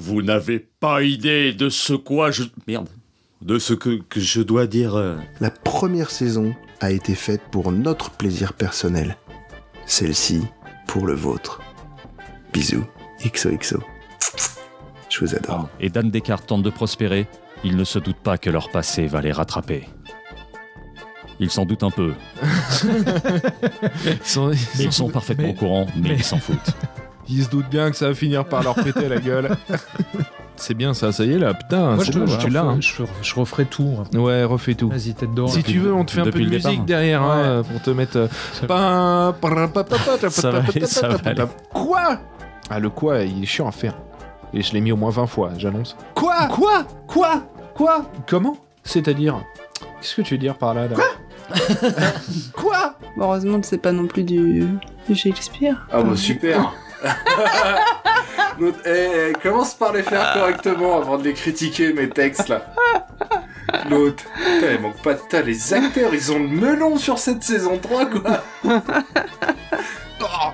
Vous n'avez pas idée de ce quoi je... Merde. De ce que, que je dois dire... euh, La première saison a été faite pour notre plaisir personnel. Celle-ci pour le vôtre. Bisous. XOXO. Je vous adore. Et Dan Descartes tente de prospérer, ils ne se doutent pas que leur passé va les rattraper. Ils s'en doutent un peu, Ils, sont- mais ils sont parfaitement au courant, mais ils s'en foutent. ils se doutent bien que ça va finir par leur péter la gueule. C'est bien ça, ça y est là, putain, Moi, c'est je, bon, je tu l'as. hein. je, je referai tout. hein. Ouais, refais tout. Vas-y, tête d'or. Si tu veux, on te fait un peu Depuis de le musique départ. derrière hein, Ouais. euh, pour te mettre. euh, pin, pin, pa, pa, pa, ta, Ça va ta, aller, ta, ça va ta, ta, aller. Quoi Ah, le quoi, il est chiant à faire. Et je l'ai mis au moins 20 fois, j'annonce. Quoi Quoi Quoi Quoi Comment C'est-à-dire Qu'est-ce que tu veux dire par là, là Quoi Bon, heureusement que c'est pas non plus du, du Shakespeare. Ah bah super Notre- eh, eh, commence par les faire correctement avant de les critiquer mes textes là. L'autre, putain, il manque pas de tas. Les acteurs, ils ont le melon sur cette saison 3 quoi. Oh,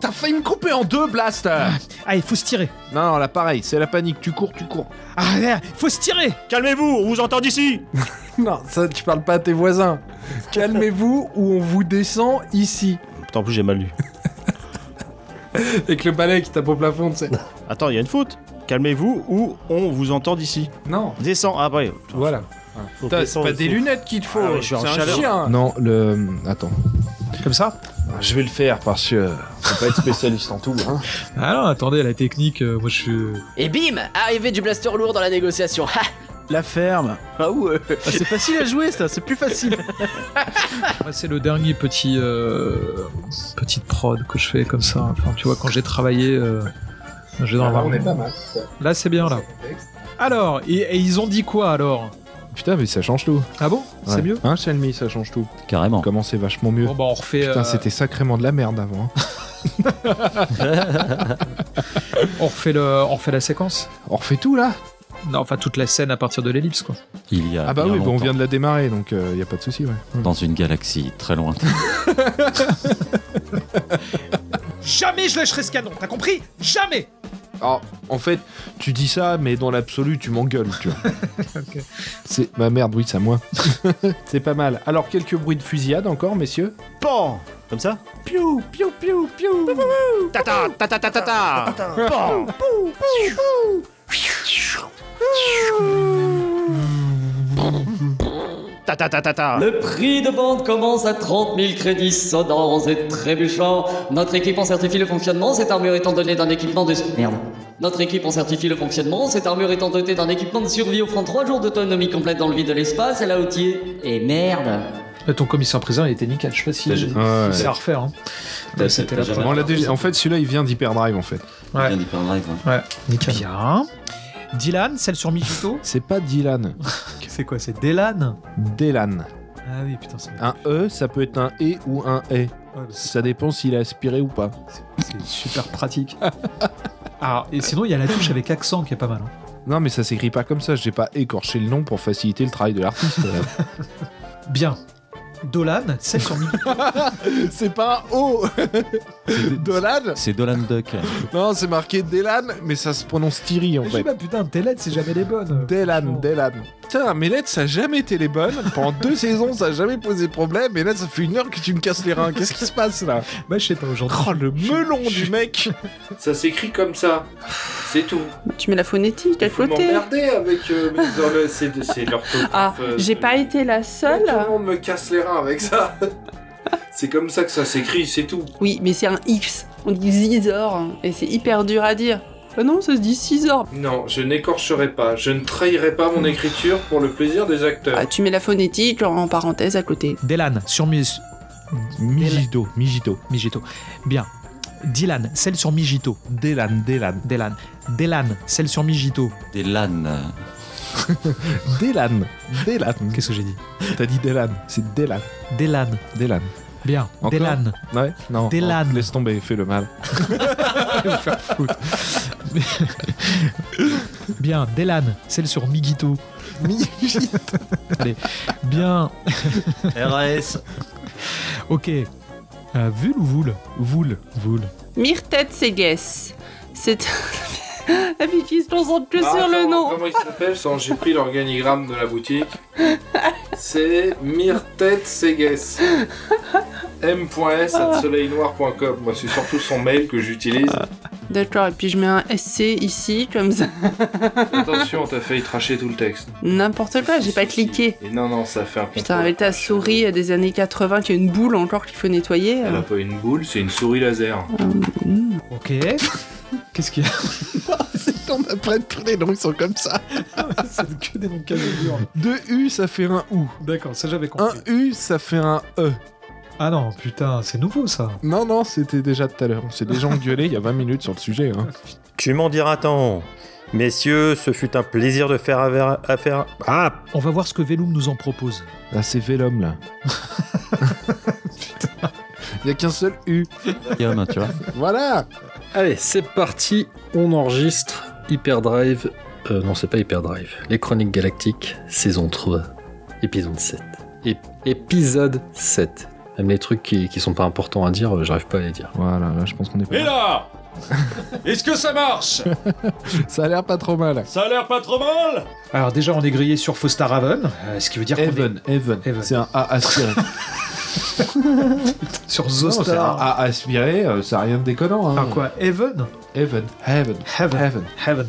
T'as failli me couper en deux, Blast Allez, Ah, faut se tirer. Non, non, là, pareil, c'est la panique. Tu cours, tu cours. Ah, merde, faut se tirer. Calmez-vous, on vous entend d'ici Non, ça, tu parles pas à tes voisins. Calmez-vous ou on vous descend ici. Putain, en plus j'ai mal lu. Avec le balai qui tape au plafond, tu sais. Attends, il y a une faute. Calmez-vous ou on vous entend d'ici. Non, Descends. Ah bah, voilà. faut Putain, descendre, faut- lunettes qu'il te faut, Ah ouais, je suis en chaleur. chien. Non, le. Attends. Comme ça Bah, Je vais le faire parce que. euh, Faut pas être spécialiste en tout. Hein. Ah non, attendez, la technique, euh, moi je suis... Et bim Arrivée du blaster lourd dans la négociation. Ha La ferme. Ah ouais Ah, c'est facile à jouer ça, c'est plus facile. Moi, c'est le dernier petit... euh, petite prod que je fais comme ça. Enfin, tu vois, quand j'ai travaillé... euh, je Ah, Ah, vais dans la- mal. Là, c'est bien, là. Alors, et, et ils ont dit quoi, alors Putain, mais ça change tout. Ah bon Ouais. C'est mieux Hein, Shelmy, ça change tout. Carrément. Comment c'est vachement mieux. Bon, bah, on refait... Putain, euh, c'était sacrément de la merde avant. hein. on, refait le, on refait la séquence On refait tout là Non, enfin, toute la scène à partir de l'ellipse, quoi. Il y a Ah bah bien oui, bah, on longtemps, vient de la démarrer donc euh, y a pas de souci, ouais. dans une galaxie très lointaine. Jamais je lâcherai ce canon, t'as compris Jamais Alors, Ah, en fait, tu dis ça, mais dans l'absolu, tu m'engueules, tu vois. C'est ma merde, oui, c'est à moi. c'est pas mal. Alors, quelques bruits de fusillade encore, messieurs. Pan. Comme ça. Piou, piou, piou, piou. Tata, tata, tata, tata. Pan. Tata, tata, tata. Le prix de vente commence à 30 000 crédits sonnants et trébuchants. Notre équipe en certifie le fonctionnement, cette armure étant dotée d'un équipement de... Merde. Notre équipe en certifie le fonctionnement, cette armure étant dotée d'un équipement de survie offrant 3 jours d'autonomie complète dans le vide de l'espace, elle a outillé... Et merde Ton commissaire prison, il était nickel, je sais pas si... Ouais. C'est à refaire, hein. C'était la On l'a déjà- En fait, celui-là, il vient d'Hyperdrive, en fait. Ouais. Nickel. Bien. Dylan, celle sur Mijito C'est pas Dylan, C'est quoi C'est Dylan Delan. Ah oui, putain, c'est Un E, ça peut être un E ou un E. ouais, mais c'est- Ça dépend s'il est aspiré ou pas. c'est super pratique. Alors, et sinon, il y a la touche avec accent qui est pas mal. hein. Non, mais ça s'écrit pas comme ça. J'ai pas écorché le nom pour faciliter le travail de l'artiste. Bien. Dolan, celle sur Mijito. c'est pas un O Dolan C'est Dolan Duck. Non, c'est marqué Delan, mais ça se prononce Thierry, en Je sais fait. pas, putain, tes lettres, c'est jamais les bonnes. Delan, Delan. Putain, mes lettres, ça a jamais été les bonnes. Pendant deux saisons, ça a jamais posé problème. Et là, ça fait une heure que tu me casses les reins. Qu'est-ce qui se passe là Bah, je sais pas, aujourd'hui. Oh, le melon du mec Ça s'écrit comme ça. C'est tout. Bah, tu mets la phonétique à Faut côté. m'emmerder avec euh, mes- dans le- c'est de- c'est leur taux. Ah, euh, j'ai pas été la Tout seule. le monde me casse les reins avec ça. c'est comme ça que ça s'écrit, c'est tout. Oui, mais c'est un X. On dit Zizor et c'est hyper dur à dire. Ah non, ça se dit Cisor. Non, je n'écorcherai pas, je ne trahirai pas mon écriture pour le plaisir des acteurs. Ah, tu mets la phonétique genre, en parenthèse à côté. Dylan, sur Mi- Mijito, Mijito. Mijito. Bien. Dylan, celle sur Mijito. Delan, Delan. Dylan. Dylan, celle sur Mijito. Des LAN. Delan. Delan. Qu'est-ce que j'ai dit T'as dit Delan. C'est Delan. Dylan. Delan. Bien. Encore Dylan. Ouais Non. Delan. non, Laisse tomber, fais le mal. Bien. Dylan, celle sur Migito. Allez. Bien. RAS. Ok. Euh, Vul ou Voul Voul. Voul. Myrtet Seges. C'est. Et puis qui se concentre que Ah, sur le attends, nom. Comment il s'appelle sans- J'ai pris l'organigramme de la boutique. C'est Myrtet Seges. M.S. at soleilnoir.com. Moi, c'est surtout son mail que j'utilise. D'accord, et puis je mets un SC ici, comme ça. Attention, t'as failli tracher tout le texte. N'importe quoi, j'ai pas cliqué. Et non, non, ça fait un Putain, avec ta souris des années 80 qui a une boule encore qu'il faut nettoyer. Elle euh. a pas une boule, c'est une souris laser. Ok. Qu'est-ce qu'il y a Ah, C'est on apprenne tous les noms, ils sont comme ça. C'est que des noms de casadures. Deux U, ça fait un OU. D'accord, ça j'avais Un compris. U, ça fait un E. Ah non, putain, c'est nouveau ça. Non, non, c'était déjà tout à l'heure. On s'est déjà engueulé il y a 20 minutes sur le sujet. Hein. Tu m'en diras tant. Messieurs, ce fut un plaisir de faire aver- affaire. Ah On va voir ce que Velum nous en propose. Là, c'est Vélum, là. Il y a qu'un seul U. Guillaume, tu vois. Voilà Allez, c'est parti, on enregistre Hyperdrive. Euh, non, c'est pas Hyperdrive. Les Chroniques Galactiques, saison 3, épisode 7. Ép- épisode 7. Même les trucs qui, qui sont pas importants à dire, euh, j'arrive pas à les dire. Voilà, là, je pense qu'on est Et là Est-ce que ça marche Ça a l'air pas trop mal. Ça a l'air pas trop mal Alors déjà, on est grillé sur Fostaraven, euh, ce qui veut dire qu'on est Evan, Evan. Evan. C'est un A aspiré. sur Non, c'est un Zostar. A aspiré, euh, ça a rien de déconnant. Ah Hein. quoi, Heaven Evan. Heaven. Heaven. Heaven. Heaven.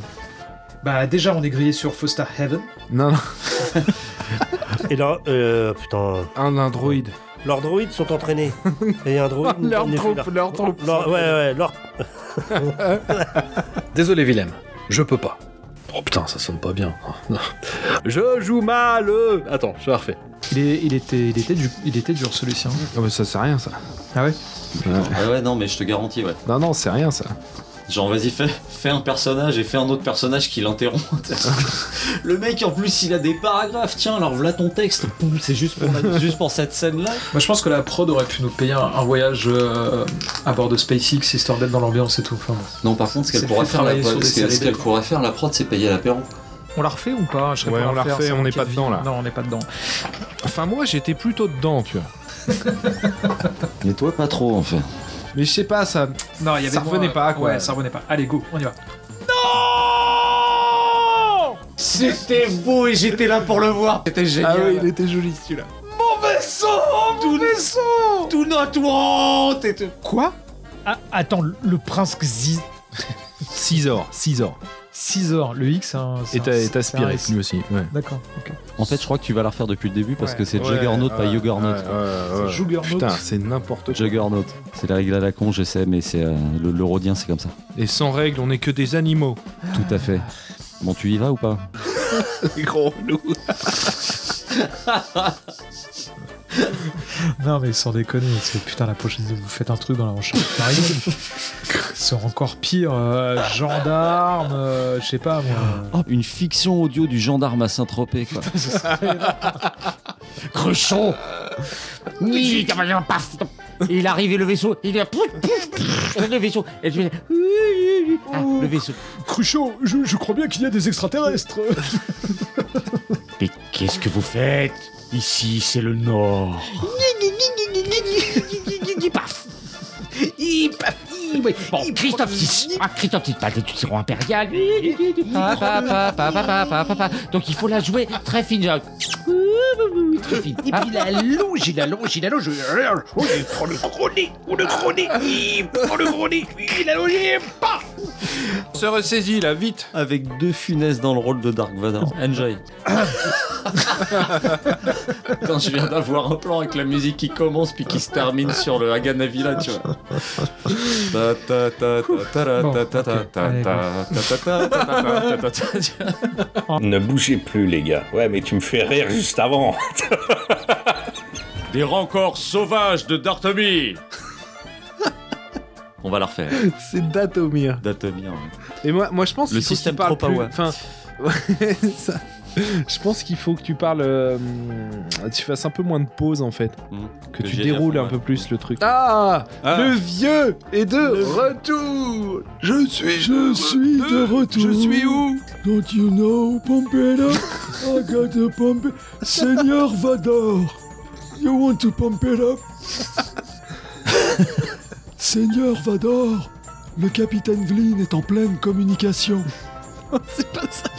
Bah déjà, on est grillé sur Fosta Heaven. Non, non. Et là, euh, putain. Un androïde. Leurs droïdes sont entraînés. Et un droïde. Leur n'est- troupe, leur- leur troupe. leur- ouais, ouais, leur. Désolé, Willem, je peux pas. Oh putain, ça sonne pas bien. Non. Je joue mal euh. Attends, je la refais. Il, est- il était, il, était du, il était dur celui-ci. hein. Ah, mais ça, c'est rien, ça. Ah ouais Ouais, Ah ouais, non, mais je te garantis, ouais. Non, non, c'est rien, ça. Genre, vas-y, fais, fais un personnage et fais un autre personnage qui l'interrompt. le mec, en plus, il a des paragraphes. Tiens, alors voilà ton texte. Poum, C'est juste pour, la- juste pour cette scène-là. Moi, je pense que la prod aurait pu nous payer un, un voyage euh, à bord de SpaceX histoire d'être dans l'ambiance et tout. Enfin, bon. Non, par contre, ce C'est qu'elle pourra fait faire, la travailler sur prod, des ce qu'elle- séries ce qu'elle B. pourra faire, la prod, c'est payer l'apéro. On la refait ou pas Je serais Ouais, pour la on la refaire, refait, ça on n'est manquait pas de dedans, vie. là. Non, on n'est pas dedans. Enfin, moi, j'étais plutôt dedans, tu vois. Mais toi, pas trop, en fait. Mais je sais pas, ça. Non, il y avait Ça moins- revenait pas, quoi. Ouais, ça revenait pas. Allez, go, on y va. C'était beau et j'étais là pour le voir. C'était génial. Ah était joli, celui-là. Mon vaisseau Mon vaisseau Tout notre et tout. Quoi Ah, attends, le- le prince Xi. Cisor, Cisor. 6 heures, le X, c'est un- c'est Et un- t'as- et c'est un t'aspiré, S. lui aussi. Ouais. D'accord, ok. En fait, je crois que tu vas la refaire depuis le début parce Ouais. que c'est Ouais, Juggernaut, pas ouais, Juggernaut. ouais, ouais, ouais. Juggernaut. Putain, c'est n'importe quoi. Juggernaut. C'est la règle à la con, je sais, mais c'est euh, le, le rhodien, c'est comme ça. Et sans règle, on est que des animaux. Tout à fait. Bon, tu y vas ou pas Gros loup. Non, mais sans déconner, parce que putain, la prochaine fois que vous faites un truc dans la recherche marine, c'est encore pire. euh, gendarme, euh, je sais pas moi. Oh, une fiction audio du gendarme à Saint-Tropez, quoi. Cruchon Euh, Oui, paf Il arrive et le vaisseau, il est le vaisseau, et je Ah, le vaisseau. Cruchot, je, je crois bien qu'il y a des extraterrestres. Mais qu'est-ce que vous faites Ici, c'est le Nord. Christophe 6 Ah, Christophe 6, pas de tyran impérial Pa, pa, pa, pa, pa, pa, pa, pa, pa. Donc il faut la jouer très fine. genre. Ah, Très fine. Et puis la longe, il la longe, il la longe. Oh, il prend le gros nez, oh, le gros nez, il prend le gros nez, il la longe, et paf Se ressaisit là, vite. Avec deux funesses dans le rôle de Dark Vador. Enjoy. Putain, je viens d'avoir un plan avec la musique qui commence puis qui se termine sur le Hagana Villa, tu vois. Ta ta ta ta ta Bon, ta ta ta ok. ta Allez, ta ta ta ta ta ta ta ta ta ta. Ne bougez plus, les gars. Ouais, mais tu me fais rire juste avant. Des rencorts sauvages de Dartomy On va la refaire. C'est Datomir. Dartomy, hein. Et moi, moi je pense Le qu'il faut système que tu parles trop plus. power. Enfin, ouais, ça- Je pense qu'il faut que tu parles. euh, tu fasses un peu moins de pause en fait. Mhm. Que Que tu j'ai déroules dit à un fond, peu ouais. plus le truc. Ah, Ah. Le vieux est de retour Je suis Je suis de retour Je suis où Don't you know Pompela? I got a Pompe... Seigneur Vador! You want to pump it up? Seigneur Vador, Le capitaine Vlin est en pleine communication. C'est pas ça.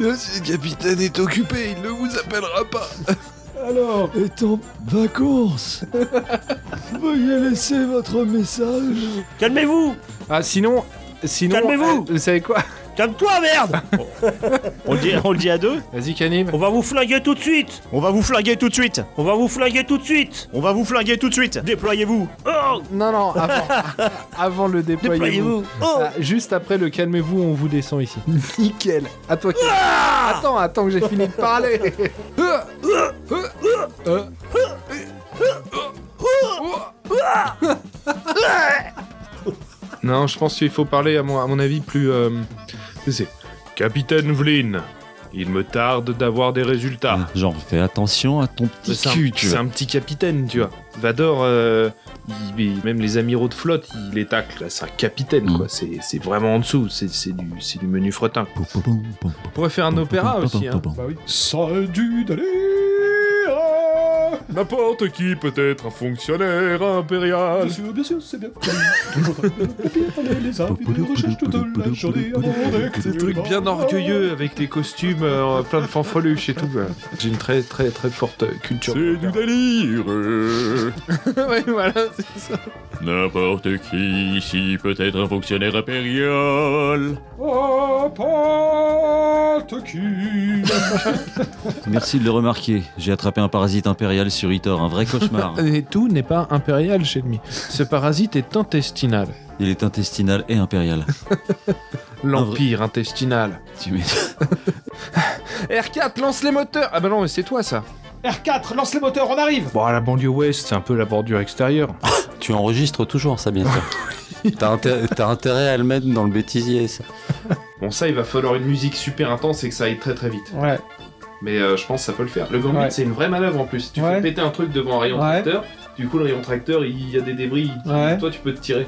le capitaine est occupé, il ne vous appellera pas. Alors Est en vacances. Veuillez laisser votre message. Calmez-vous Ah, sinon. sinon Calmez-vous euh, Vous savez quoi Calme-toi, merde on, le dit, on le dit à deux Vas-y, Canim. On va vous flinguer tout de suite On va vous flinguer tout de suite On va vous flinguer tout de suite On va vous flinguer tout de suite Déployez-vous Oh Non, non, avant, avant le déployez-vous. Déployez-vous. Oh Ah, juste après le calmez-vous, on vous descend ici. Ah Nickel À toi, Canim. Attends, attends que j'ai fini de parler Euh, Non, je pense qu'il faut parler, à mon, à mon avis, plus. euh, c'est Capitaine Vlin, il me tarde d'avoir des résultats. Genre, fais attention à ton petit C'est un- cul, tu C'est vois. un petit capitaine, tu vois. Vador, euh, il- il- même les amiraux de flotte, il les tacle. C'est un capitaine, quoi. C'est c'est vraiment en dessous. C'est c'est du, c'est du menu fretin. On pourrait faire un opéra aussi, hein. Ça a dû d'aller N'importe qui peut être un fonctionnaire impérial. Bien sûr, bien sûr, Ah, c'est bien. les Des trucs bien orgueilleux avec des costumes euh, plein de fanfreluches et tout. quoi. J'ai une très très très forte euh, culture. C'est du délire ouais, voilà, c'est ça. N'importe qui ici peut être un fonctionnaire impérial. N'importe qui Merci de le remarquer. J'ai attrapé un parasite impérial sur Itor, un vrai cauchemar. Et tout n'est pas impérial chez lui. Ce parasite est intestinal. Il est intestinal et impérial. L'empire intestinal. Tu mets... R4, lance les moteurs Ah bah non, mais c'est toi ça R4, lance les moteurs, on arrive Bon, à la banlieue ouest, c'est un peu la bordure extérieure. Tu enregistres toujours ça, bien sûr. T'as intér- t'as intérêt à le mettre dans le bêtisier, ça. Bon, ça, il va falloir une musique super intense et que ça aille très très vite. Ouais. Mais euh, je pense que ça peut le faire. Le gambit, Ouais. c'est une vraie manœuvre en plus. Tu Ouais. fais péter un truc devant un rayon Ouais. tracteur, du coup, le rayon tracteur, il y a des débris, il- Ouais. toi, tu peux te tirer.